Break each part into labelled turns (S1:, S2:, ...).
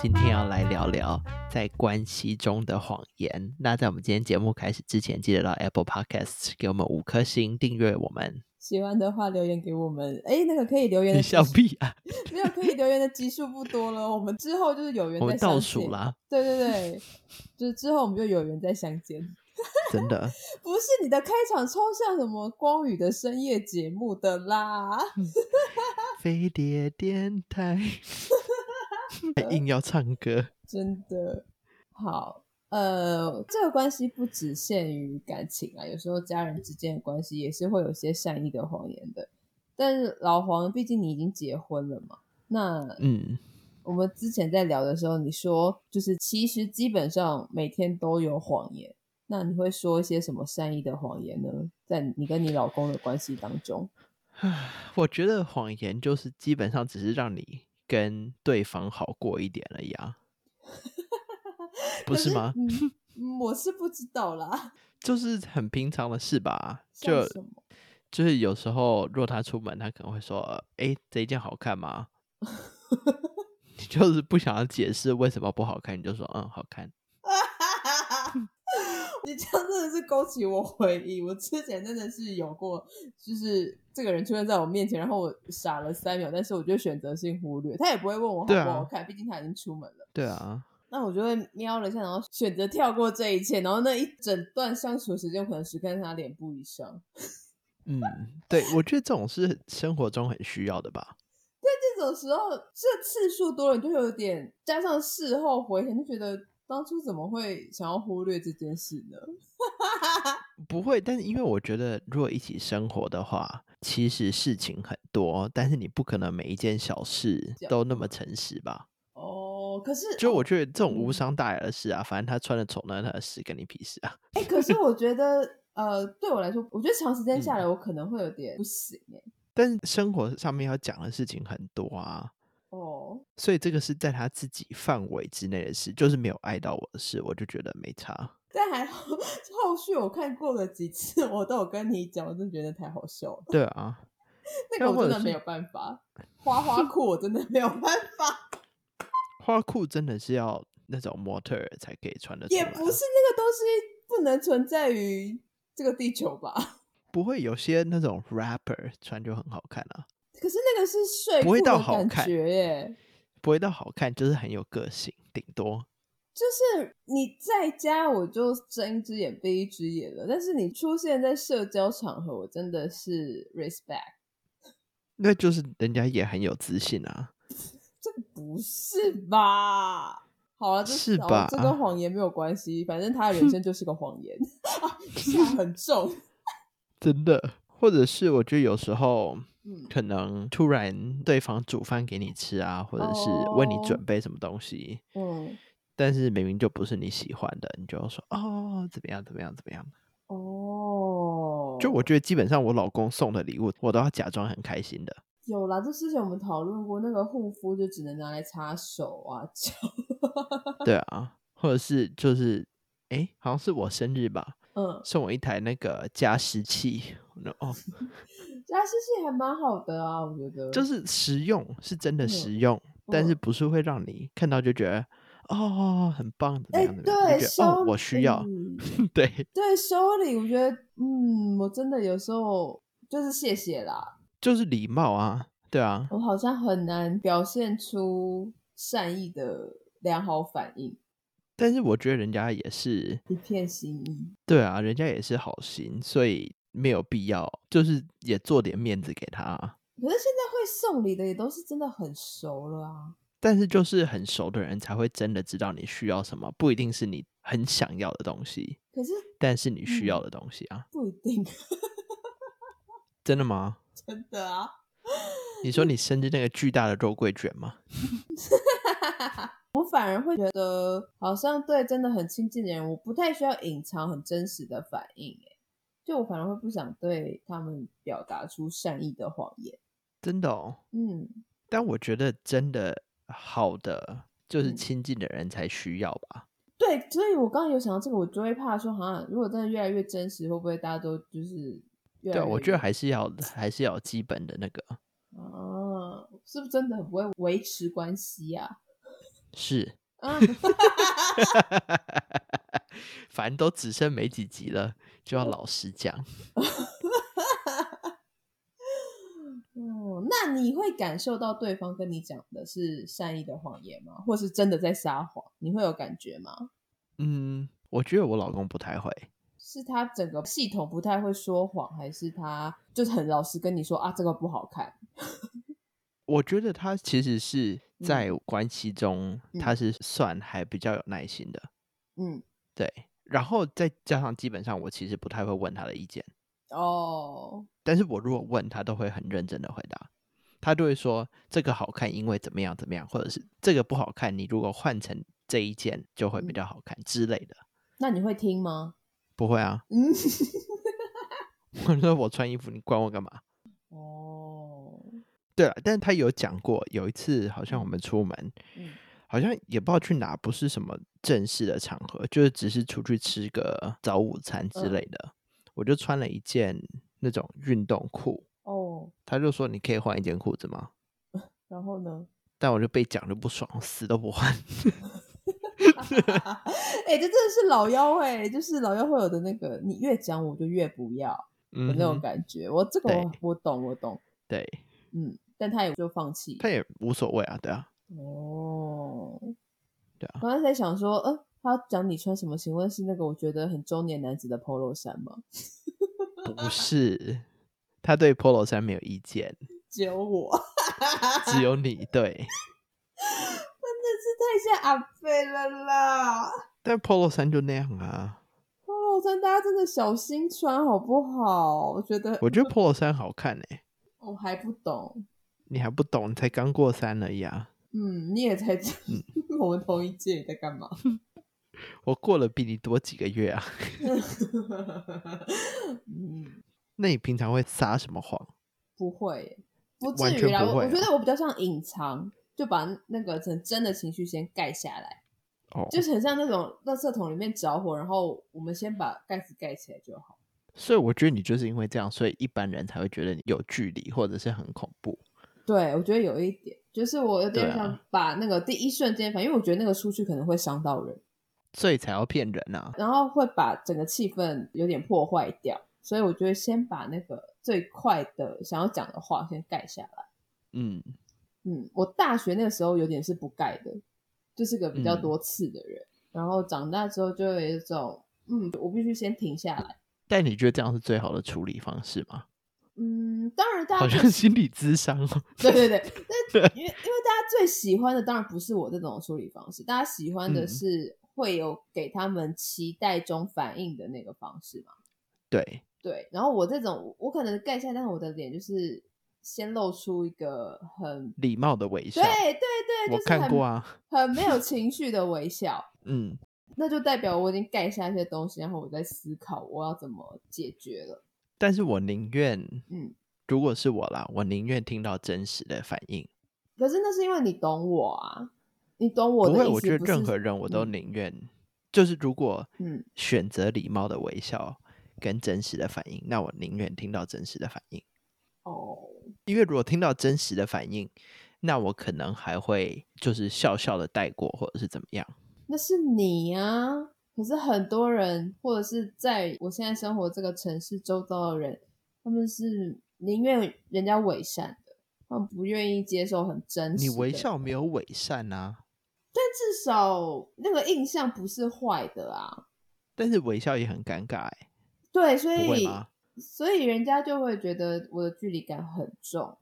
S1: 今天要来聊聊在关系中的谎言。那在我们今天节目开始之前，记得到 Apple Podcast 给我们五颗星，订阅我们。
S2: 喜欢的话留言给我们。哎，那个可以留言的
S1: 你
S2: 集
S1: 笑屁啊！
S2: 没有可以留言的集数不多了，我们之后就是有缘
S1: 我
S2: 再
S1: 们
S2: 相
S1: 倒
S2: 见。
S1: 数啦，
S2: 对对对，就是之后我们就有缘再相见。
S1: 真的。
S2: 不是你的开场超像什么光宇的深夜节目的啦，
S1: 飞碟电台，还硬要唱歌，
S2: 真的好。呃，这个关系不只限于感情啊，有时候家人之间的关系也是会有些善意的谎言的。但是老黄，毕竟你已经结婚了嘛，那
S1: 嗯，
S2: 我们之前在聊的时候，你说就是其实基本上每天都有谎言，那你会说一些什么善意的谎言呢？在你跟你老公的关系当中，
S1: 我觉得谎言就是基本上只是让你跟对方好过一点而已啊，不
S2: 可
S1: 是吗？
S2: 嗯，嗯我是不知道啦，
S1: 就是很平常的事吧，
S2: 像
S1: 就
S2: 什么？
S1: 就是有时候，若他出门，他可能会说：“哎、这一件好看吗？” 你就是不想要解释为什么不好看，你就说：“嗯，好看。
S2: 你这样真的是勾起我回忆，我之前真的是有过，就是这个人出现在我面前，然后我傻了三秒，但是我就选择性忽略，他也不会问我好
S1: 对啊
S2: 不好看，毕竟他已经出门了。”
S1: 对啊，
S2: 那我就会瞄了一下，然后选择跳过这一切，然后那一整段相处时间，我可能只跟他脸部以上。
S1: 嗯，对，我觉得这种是生活中很需要的吧。
S2: 这种时候，这次数多了，你就会有点加上事后回想，就觉得当初怎么会想要忽略这件事呢？
S1: 不会，但是因为我觉得，如果一起生活的话，其实事情很多，但是你不可能每一件小事
S2: 这样
S1: 都那么诚实吧？
S2: 哦，可是
S1: 就我觉得这种无
S2: 嗯
S1: 伤大雅的事啊，反正他穿的丑那是他的事，跟你屁事啊。
S2: 哎、可是我觉得，呃，对我来说，我觉得长时间
S1: 嗯
S2: 下来，我可能会有点不行哎、
S1: 但是生活上面要讲的事情很多啊，
S2: 哦，
S1: 所以这个是在他自己范围之内的事，就是没有碍到我的事，我就觉得没差。
S2: 但还好， 后续我看过了几次，我都有跟你讲，我真的觉得太好笑了。
S1: 对啊，
S2: 那个
S1: 那或
S2: 我
S1: 者
S2: 真的
S1: 是
S2: 没有办法，花花裤我真的没有办法，
S1: 花裤真的是要那种模特儿才可以穿得出来
S2: 也
S1: 啊，
S2: 不是那个东西不能存在于这个地球吧？
S1: 不会有些那种 rapper 穿就很好看啊，
S2: 可是那个是睡
S1: 不会
S2: 裤
S1: 到
S2: 的
S1: 好
S2: 感
S1: 看
S2: 觉耶，
S1: 不会到好看，就是很有个性，顶多
S2: 就是你在家我就睁一只眼闭一只眼了，但是你出现在社交场合，我真的是 respect，
S1: 那就是人家也很有自信啊。
S2: 这个不是吧？好了、这
S1: 是
S2: 好
S1: 吧
S2: 这跟谎言没有关系，反正他的人生就是个谎言， 啊，下很重。
S1: 真的，或者是我觉得有时候
S2: 嗯
S1: 可能突然对方煮饭给你吃啊，或者是为你准
S2: 哦
S1: 备什么东西，
S2: 嗯。
S1: 但是明明就不是你喜欢的，你就要说哦怎么样怎么样怎么样。
S2: 哦，
S1: 就我觉得基本上我老公送的礼物，我都要假装很开心 的。
S2: 有啦，这之前我们讨论过，那个护肤就只能拿来擦手啊、脚。
S1: 对啊，或者是就是诶，好像是我生日吧，
S2: 嗯，
S1: 送我一台那个加湿器，我说哦，
S2: 加湿器还蛮好的啊，我觉得。
S1: 就是实用，是真的
S2: 嗯
S1: 实用，但是
S2: 嗯
S1: 不是会让你看到就觉得哦很棒，怎么
S2: 哎、
S1: 样怎么样，
S2: 对，
S1: 就觉
S2: 修
S1: 得哦我需要，
S2: 理
S1: 对，
S2: 对修理，我觉得，嗯，我真的有时候就是谢谢啦，
S1: 就是礼貌啊，对啊，
S2: 我好像很难表现出善意的良好反应，
S1: 但是我觉得人家也是，
S2: 一片心意。
S1: 对啊，人家也是好心，所以没有必要，就是也做点面子给他啊，
S2: 可是现在会送礼的也都是真的很熟了啊。
S1: 但是就是很熟的人才会真的知道你需要什么，不一定是你很想要的东西，
S2: 可是
S1: 但是你需要
S2: 嗯
S1: 的东西啊，
S2: 不一定，
S1: 真的吗？
S2: 真的啊。
S1: 你说你生日那个巨大的肉桂卷吗？
S2: 我反而会觉得，好像对真的很亲近的人，我不太需要隐藏很真实的反应，哎，就我反而会不想对他们表达出善意的谎言。
S1: 真的哦。
S2: 嗯，
S1: 但我觉得真的好的，就是
S2: 嗯
S1: 亲近的人才需要吧。
S2: 对，所以我刚刚有想到这个，我就会怕说，好像如果真的越来越真实，会不会大家都就是越来
S1: 对啊，
S2: 越
S1: 我觉得还是要还是要有基本的那个，
S2: 啊，是不是真的很不会维持关系呀、
S1: 是，
S2: 嗯，
S1: 反正都只剩没几集了，就
S2: 嗯
S1: 要老实讲。
S2: 哦，那你会感受到对方跟你讲的是善意的谎言吗？或是真的在撒谎？你会有感觉吗？
S1: 嗯，我觉得我老公不太会，
S2: 是他整个系统不太会说谎，还是他就是很老实跟你说啊，这个不好看？
S1: 我觉得他其实是在关系中，
S2: 嗯
S1: 他是算还比较有耐心的，
S2: 嗯，
S1: 对。然后再加上，基本上我其实不太会问他的意见，
S2: 哦，
S1: 但是我如果问他，都会很认真的回答。他就会说这个好看，因为怎么样怎么样，或者是这个不好看，你如果换成这一件就会比
S2: 嗯
S1: 较好看之类的。
S2: 那你会听吗？
S1: 不会啊，
S2: 嗯，
S1: 我说我穿衣服，你管我干嘛？
S2: 哦，
S1: 对了，但他有讲过，有一次好像我们出门，
S2: 嗯
S1: 好像也不知道去哪，不是什么正式的场合，就是只是出去吃个早午餐之
S2: 嗯
S1: 类的。我就穿了一件那种运动裤，
S2: 哦，
S1: 他就说你可以换一件裤子吗？
S2: 然后呢？
S1: 但我就被讲就不爽，我死都不 换。
S2: 哎、这真的是老妖哎、就是老妖会有的那个，你越讲我就越不要的
S1: 嗯
S2: 那种
S1: 哼，
S2: 感觉。我这个我
S1: 对
S2: 我懂，我懂，
S1: 对，
S2: 嗯，但他也就放弃。
S1: 他也无所谓啊，对啊，
S2: 哦，
S1: 对啊
S2: 我刚才在想说，呃，他讲你穿什么？请问是那个我觉得很中年男子的 polo 衫吗？
S1: 不是，他对 polo 衫没有意见，
S2: 只有我，
S1: 只有 你对。
S2: 真的是太像阿飞了啦
S1: 但 polo 衫就那样啊，
S2: ！polo 衫大家真的小心穿好不好？我觉得
S1: 我觉得 polo 衫好看哎、
S2: 我还不懂，
S1: 你还不懂，你才刚过三而已啊！
S2: 嗯，你也才我们同一届，你在干嘛？
S1: 我过了比你多几个月啊。
S2: 嗯，
S1: 那你平常会撒什么谎？
S2: 不会耶，不至
S1: 完
S2: 于
S1: 全
S2: 啦。
S1: 不
S2: 我
S1: 会
S2: 我觉
S1: 啊
S2: 得我比较像隐藏，就把那个很真的情绪先盖下来。
S1: 哦，
S2: 就是很像那种垃圾桶里面着火，然后我们先把盖子盖起来就好。
S1: 所以我觉得你就是因为这样，所以一般人才会觉得你有距离或者是很恐怖。
S2: 对，我觉得有一点，就是我有点
S1: 对啊
S2: 想把那个第一瞬间，反正因为我觉得那个出去可能会伤到人，
S1: 所以才要骗人啊！
S2: 然后会把整个气氛有点破坏掉，所以我觉得先把那个最快的想要讲的话先盖下来。
S1: 嗯，
S2: 嗯，我大学那个时候有点是不盖的，就是个比较
S1: 嗯
S2: 多次的人，然后长大之后就有一种，嗯，我必须先停下来。
S1: 但你觉得这样是最好的处理方式吗？
S2: 嗯，当然大家
S1: 好
S2: 可以
S1: 像心理咨商哦。
S2: 对对对，但因为因为大家最喜欢的当然不是我这种处理方式，大家喜欢的
S1: 嗯
S2: 是会有给他们期待中反应的那个方式嘛。
S1: 对，
S2: 对，然后我这种我可能盖下，但是我的脸就是先露出一个很
S1: 礼貌的微笑
S2: 对，对对，
S1: 我
S2: 就是
S1: 看
S2: 很
S1: 过啊。
S2: 很没有情绪的微笑，
S1: 嗯，
S2: 那就代表我已经盖下一些东西，然后我在思考我要怎么解决了。
S1: 但是我宁愿，
S2: 嗯，
S1: 如果是我啦，我宁愿听到真实的反应。
S2: 可是那是因为你懂我啊，你懂我
S1: 不
S2: 的
S1: 会，
S2: 意
S1: 我
S2: 思
S1: 觉
S2: 不
S1: 得
S2: 是，
S1: 任何人我都
S2: 嗯
S1: 宁愿，就是如果
S2: 嗯
S1: 选择礼貌的微笑跟真实的反应，那我宁愿听到真实的反应，
S2: 哦。
S1: 因为如果听到真实的反应，那我可能还会就是笑笑的带过，或者是怎么样。
S2: 那是你啊。可是很多人，或者是在我现在生活这个城市周遭的人，他们是宁愿人家伪善的，他们不愿意接受很真实。
S1: 你微，笑没有伪善啊，
S2: 但至少那个印象不是坏的啊。
S1: 但是微笑也很尴尬、欸，
S2: 对，所
S1: 不会
S2: 以
S1: 吗？
S2: 所以人家就会觉得我的距离感很重。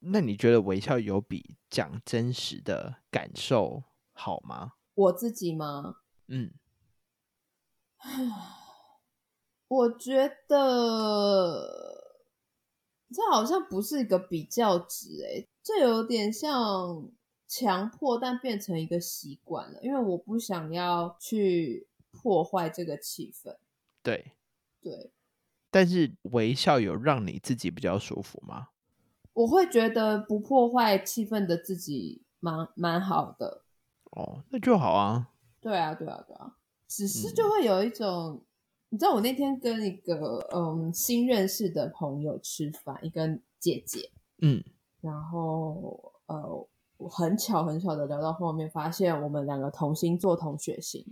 S1: 那你觉得微笑有比讲真实的感受好吗？
S2: 我自己吗？
S1: 嗯，
S2: 我觉得这好像不是一个比较值诶、这有点像强迫，但变成一个习惯了。因为我不想要去破坏这个气氛，
S1: 对。
S2: 对
S1: 但是微笑有让你自己比较舒服吗？
S2: 我会觉得不破坏气氛的自己蛮蛮好的。
S1: 哦，那就好啊。
S2: 对啊，对啊，对啊，只是就会有一种。你知道我那天跟一个嗯新认识的朋友吃饭，一个姐姐，
S1: 嗯
S2: 然后呃，我很巧很巧的聊到后面，发现我们两个同星座同血型，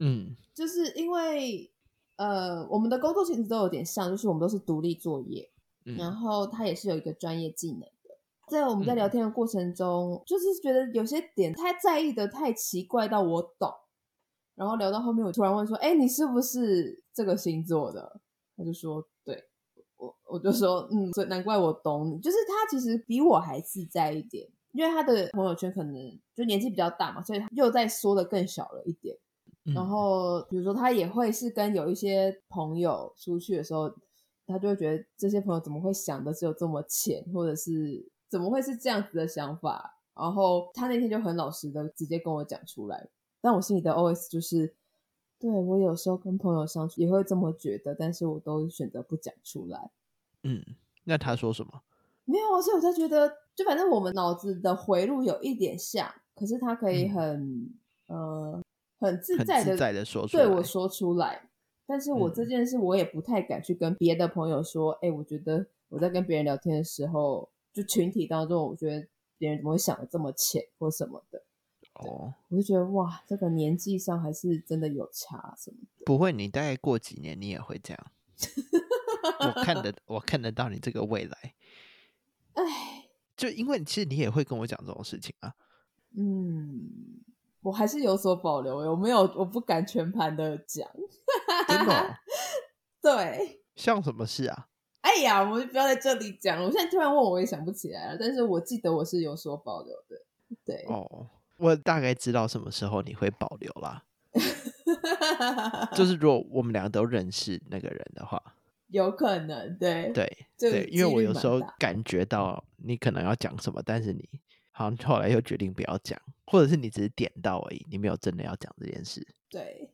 S1: 嗯
S2: 就是因为呃，我们的工作其实都有点像，就是我们都是独立作业，然
S1: 嗯
S2: 后他也是有一个专业技能的。在我们在聊天的过程中，就是觉得有些点他在意的太奇怪到我懂，然后聊到后面，我突然问说：“哎，你是不是这个星座的？”他就说：“对。”我我就说：“嗯，所以难怪我懂你。”就是他其实比我还自在一点，因为他的朋友圈可能就年纪比较大嘛，所以他又再缩的更小了一点。
S1: 嗯，
S2: 然后比如说他也会是跟有一些朋友出去的时候，他就会觉得这些朋友怎么会想的只有这么浅，或者是怎么会是这样子的想法？然后他那天就很老实的直接跟我讲出来，但我心里的 OS 就是，对我有时候跟朋友相处也会这么觉得，但是我都选择不讲出来。
S1: 嗯，那他说什么？
S2: 没有啊，所以我才觉得，就反正我们脑子的回路有一点像，可是他可以
S1: 嗯
S2: 很、呃很自
S1: 很
S2: 在的
S1: 自在的说出来，
S2: 对我说出来。但是我这
S1: 嗯
S2: 件事，我也不太敢去跟别的朋友说。哎、我觉得我在跟别人聊天的时候，就群体当中，我觉得别人怎么会想的这么浅或什么的，
S1: 哦，
S2: 我就觉得哇，这个年纪上还是真的有差什么的。
S1: 不会，你大概过几年你也会这 样。我看得，我看得到你这个未来，
S2: 哎，
S1: 就因为其实你也会跟我讲这种事情 啊。
S2: 嗯，我还是有所保留，欸我没有，我不敢全盘的讲。
S1: 真的哦、
S2: 对，
S1: 像什么事啊？
S2: 哎呀，我们不要在这里讲了。我现在突然问我也想不起来了，但是我记得我是有所保留的。对，
S1: 哦，我大概知道什么时候你会保留 啦。就是如果我们两个都认识那个人的 话，
S2: 有可能，对，
S1: 对
S2: 这个
S1: 对，因为
S2: 几
S1: 我
S2: 率
S1: 有
S2: 蛮
S1: 时候
S2: 大
S1: 感觉到你可能要讲什么，但是你好像后来又决定不要讲，或者是你只是点到而已，你没有真的要讲这件事。
S2: 对。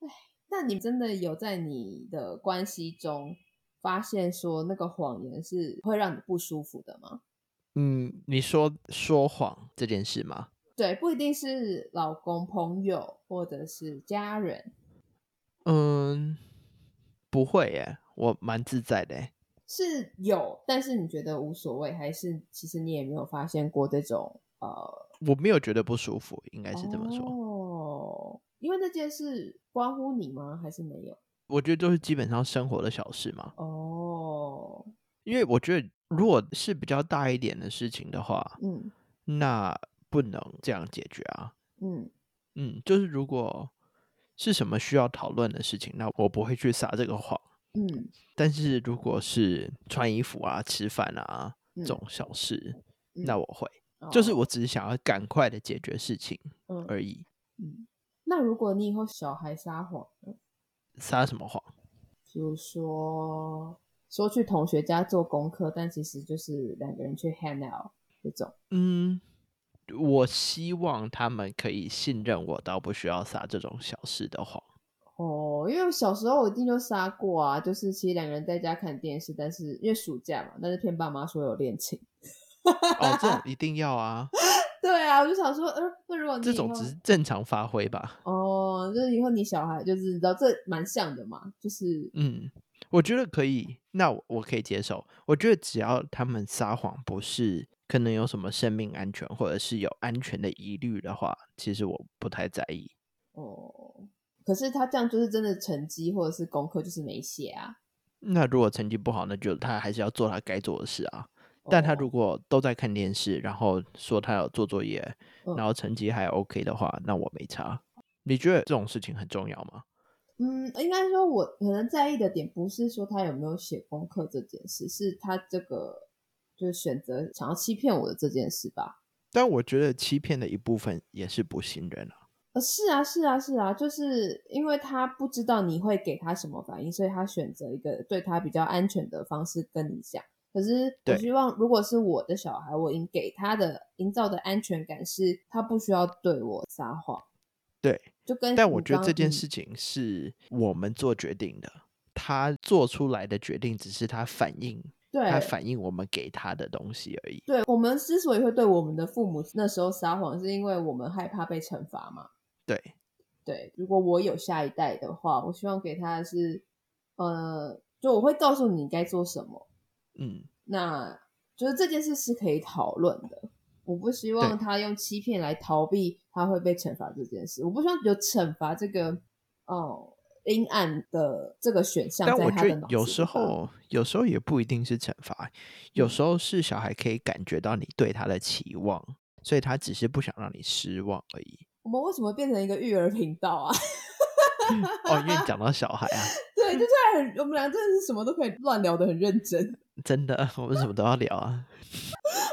S2: 哎，那你真的有在你的关系中发现说那个谎言是会让你不舒服的吗？
S1: 嗯，你说说谎这件事吗？
S2: 对，不一定是老公、朋友或者是家人，
S1: 嗯，不会耶，我蛮自在的耶。
S2: 是有，但是你觉得无所谓，还是其实你也没有发现过这种呃，
S1: 我没有觉得不舒服，应该是这么说。
S2: 哦，因为那件事关乎你吗？还是没有？
S1: 我觉得都是基本上生活的小事嘛，
S2: 哦，
S1: 因为我觉得如果是比较大一点的事情的话，
S2: 嗯
S1: 那不能这样解决啊。
S2: 嗯
S1: 嗯，就是如果是什么需要讨论的事情，那我不会去撒这个谎。
S2: 嗯
S1: 但是如果是穿衣服啊、吃饭啊
S2: 嗯
S1: 这种小事，
S2: 嗯
S1: 那我会，就是
S2: 哦
S1: 我只是想要赶快的解决事情
S2: 嗯
S1: 而已。
S2: 嗯，那如果你以后小孩撒谎呢，
S1: 撒什么谎？
S2: 比如说说去同学家做功课，但其实就是两个人去 hang out 这种，
S1: 嗯，我希望他们可以信任我，到不需要撒这种小事的谎。
S2: 哦，因为小时候我一定就撒过啊，就是其实两个人在家看电视，但是因为暑假嘛，但是骗爸妈说有恋情，
S1: 哦，这种一定要啊，
S2: 对啊，我就想说，呃，那如果 你
S1: 这
S2: 以
S1: 种
S2: 后
S1: 只是正常发挥吧。
S2: 哦，就是以后你小孩就是你知道这蛮像的嘛，就是
S1: 嗯，我觉得可以，那我我可以接受。我觉得只要他们撒谎不是可能有什么生命安全或者是有安全的疑虑的话，其实我不太在意。
S2: 哦，可是他这样就是真的成绩或者是功课就是没写啊，
S1: 那如果成绩不好，那就他还是要做他该做的事啊。但他
S2: 哦
S1: 如果都在看电视，然后说他有做作业，
S2: 嗯
S1: 然后成绩还 OK 的话，那我没差。你觉得这种事情很重要吗？
S2: 嗯，应该说，我可能在意的点不是说他有没有写功课这件事，是他这个就是选择想要欺骗我的这件事吧。
S1: 但我觉得欺骗的一部分也是不信任啊。
S2: 呃，是啊，是啊，是啊，就是因为他不知道你会给他什么反应，所以他选择一个对他比较安全的方式跟你讲。可是我
S1: 对
S2: 希望，如果是我的小孩，我应给他的营造的安全感是，他不需要对我撒谎，
S1: 对，
S2: 就跟
S1: 但
S2: 你
S1: 我觉得
S2: 刚
S1: 这件
S2: 嗯
S1: 事情是我们做决定的，他做出来的决定只是他反映，
S2: 对
S1: 他反映我们给他的东西而已。
S2: 对我们之所以会对我们的父母那时候撒谎，是因为我们害怕被惩罚嘛。
S1: 对，
S2: 对，如果我有下一代的话，我希望给他的是，呃，就我会告诉你该做什么。
S1: 嗯，
S2: 那就是这件事是可以讨论的，我不希望
S1: 对
S2: 他用欺骗来逃避他会被惩罚这件事，我不希望有惩罚这个哦阴暗的这个选项
S1: 但
S2: 在
S1: 我
S2: 他
S1: 觉
S2: 的
S1: 得
S2: 脑子
S1: 有
S2: 里
S1: 时
S2: 吧嗯
S1: 候，有时候也不一定是惩罚，有时候是小孩可以感觉到你对他的期望，所以他只是不想让你失望而已。
S2: 我们为什么变成一个育儿频道啊？
S1: 哦，因为你讲到小孩啊，
S2: 对，就突然很，我们俩真的是什么都可以乱聊的很认真，
S1: 真的， 我们什么都要聊啊。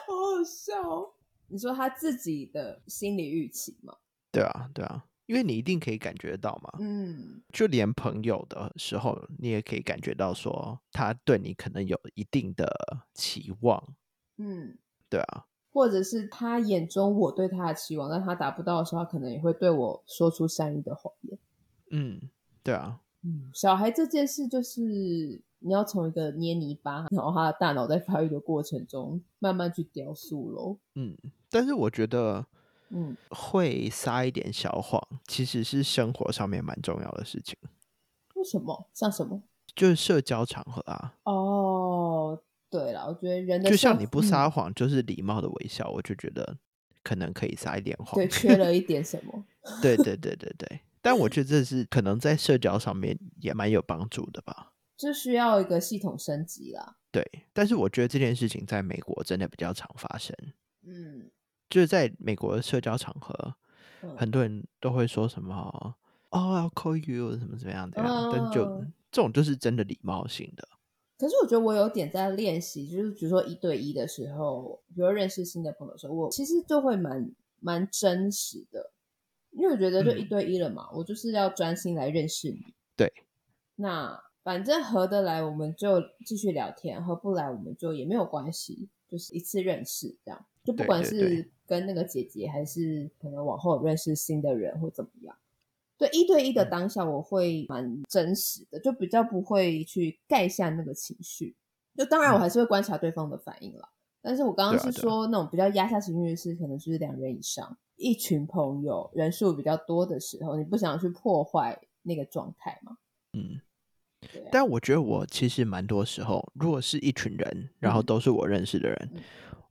S2: 好好笑、哦。你说他自己的心理预期嘛？
S1: 对啊，对啊，因为你一定可以感觉到嘛，
S2: 嗯，
S1: 就连朋友的时候，你也可以感觉到说他对你可能有一定的期望，
S2: 嗯，
S1: 对啊，
S2: 或者是他眼中我对他的期望，但他达不到的时候，他可能也会对我说出善意的谎言。
S1: 嗯，对啊，
S2: 嗯，小孩这件事就是你要从一个捏泥巴，然后他的大脑在发育的过程中慢慢去雕塑咯。
S1: 嗯，但是我觉得
S2: 嗯，
S1: 会撒一点小谎，其实是生活上面蛮重要的事情，
S2: 为什么？像什么？
S1: 就是社交场合啊，
S2: 哦，对了，我觉得人的
S1: 就
S2: 社
S1: 像你不
S2: 嗯
S1: 撒谎，就是礼貌的微笑，我就觉得可能可以撒一点谎，
S2: 嗯对，缺了一点什么。
S1: 对 对对对对，但我觉得这是可能在社交上面也蛮有帮助的吧。
S2: 这需要一个系统升级啦。
S1: 对，但是我觉得这件事情在美国真的比较常发生，
S2: 嗯，
S1: 就是在美国的社交场合，
S2: 嗯
S1: 很多人都会说什么“哦、i l l call you” 什么怎么样怎么样，但就
S2: 嗯
S1: 这种就是真的礼貌性的，
S2: 可是我觉得我有点在练习，就是比如说一对一的时候，比如认识新的朋友的时候，我其实就会蛮蛮真实的，因为我觉得就
S1: 嗯
S2: 一对一了嘛，我就是要专心来认识你。
S1: 对，
S2: 那反正合得来我们就继续聊天，合不来我们就也没有关系，就是一次认识这样，就不
S1: 对
S2: 管
S1: 对
S2: 是
S1: 对
S2: 跟那个姐姐还是可能往后认识新的人或怎么样。对一对一
S1: 嗯
S2: 的当下，我会蛮真实的，就比较不会去盖下那个情绪。就当然，我还是会观察对方的反应啦。但是我刚
S1: 嗯对
S2: 刚
S1: 啊对啊
S2: 是说那种比较压下情绪的事，可能就是两人以上，一群朋友人数比较多的时候，你不想去破坏那个状态嘛？
S1: 嗯。
S2: 对啊、
S1: 但我觉得我其实蛮多时候，如果是一群人，然后
S2: 嗯
S1: 都是我认识的人，
S2: 嗯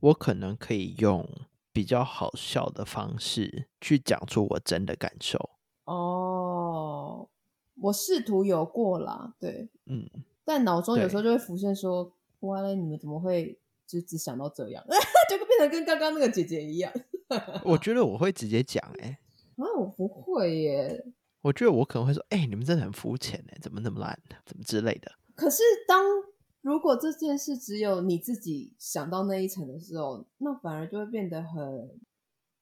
S1: 我可能可以用比较好笑的方式去讲出我真的感受。
S2: 哦，我试图有过啦，对，
S1: 嗯，
S2: 但脑中有时候就会浮现说，哇嘞，你们怎么会就只想到这样， 就变成跟刚刚那个姐姐一样？
S1: 我觉得我会直接讲、欸，
S2: 啊，我不会耶。
S1: 我觉得我可能会说，哎、你们真的很肤浅哎，怎么那么烂，怎么之类的。
S2: 可是当如果这件事只有你自己想到那一层的时候，那反而就会变得很，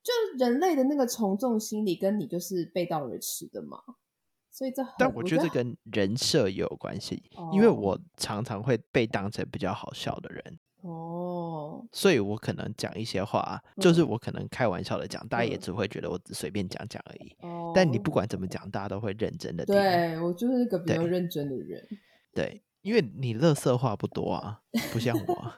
S2: 就人类的那个从众心理跟你就是背道而驰的嘛。所以这很，
S1: 但我觉得这跟
S2: 很
S1: 人设也有关系，因为
S2: 哦
S1: 我常常会被当成比较好笑的人，
S2: 哦，
S1: 所以我可能讲一些话，就是我可能开玩笑的讲，大家也
S2: 嗯
S1: 只会觉得我只随便讲讲而已。
S2: 哦
S1: 但你不管怎么讲，大家都会认真的听。
S2: 对我就是一个比较
S1: 对
S2: 认真的人。
S1: 对，因为你乐色话不多啊，不像 我啊。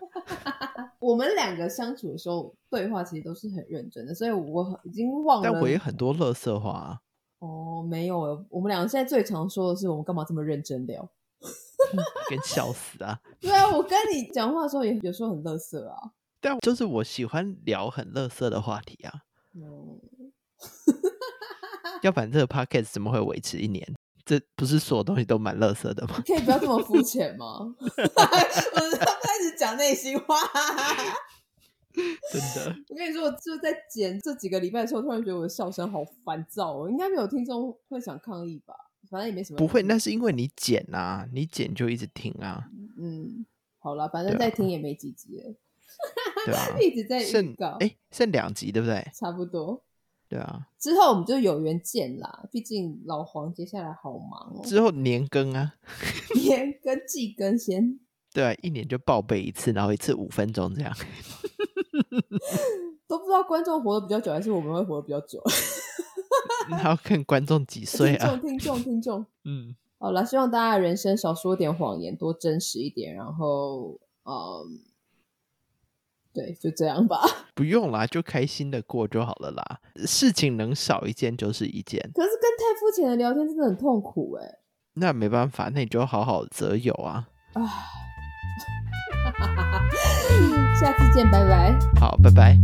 S2: 我们两个相处的时候，对话其实都是很认真的，所以我已经忘了。
S1: 但我也很多乐色话啊。
S2: 哦，没有了。我们两个现在最常说的是，我们干嘛这么认真聊？
S1: 跟笑死啊！
S2: 对啊，我跟你讲话的时候也有时候很乐色啊。
S1: 但就是我喜欢聊很乐色的话题啊，
S2: 嗯，啊
S1: 要不然这个 podcast 怎么会维持一年？这不是所有东西都蛮乐色的吗？
S2: 可以不要这么肤浅吗？ 我开始讲内心话。
S1: 真的，
S2: 我跟你说，我就在剪这几个礼拜的时候，突然觉得我的笑声好烦躁哦。应该没有听众会想抗议吧？反正也没什么。
S1: 不会，那是因为你剪啊，你剪就一直听啊，
S2: 嗯，好了，反正
S1: 对
S2: 再
S1: 啊
S2: 听也没几集了，。
S1: 对啊
S2: 一直在预
S1: 剩
S2: 告，
S1: 哎，剩两集对不对？
S2: 差不多。
S1: 对啊，
S2: 之后我们就有缘见啦，毕竟老黄接下来好忙哦，
S1: 之后年更啊，
S2: 年跟季更先。
S1: 对啊，一年就报备一次，然后一次五分钟这 样。
S2: 都不知道观众活得比较久，还是我们会活得比较 久。
S1: 然后看观众 几岁啊？
S2: 听众，听众，听众。
S1: 嗯，
S2: 好啦，希望大家的人生少说点谎言，多真实一点。然后，嗯，对，就这样吧。
S1: 不用啦，就开心的过就好了啦。事情能少一件就是一件，
S2: 可是跟太肤浅的聊天真的很痛苦哎、
S1: 那没办法，那你就好好择友啊。
S2: 啊，
S3: 下次见，拜拜。
S2: 好，拜拜。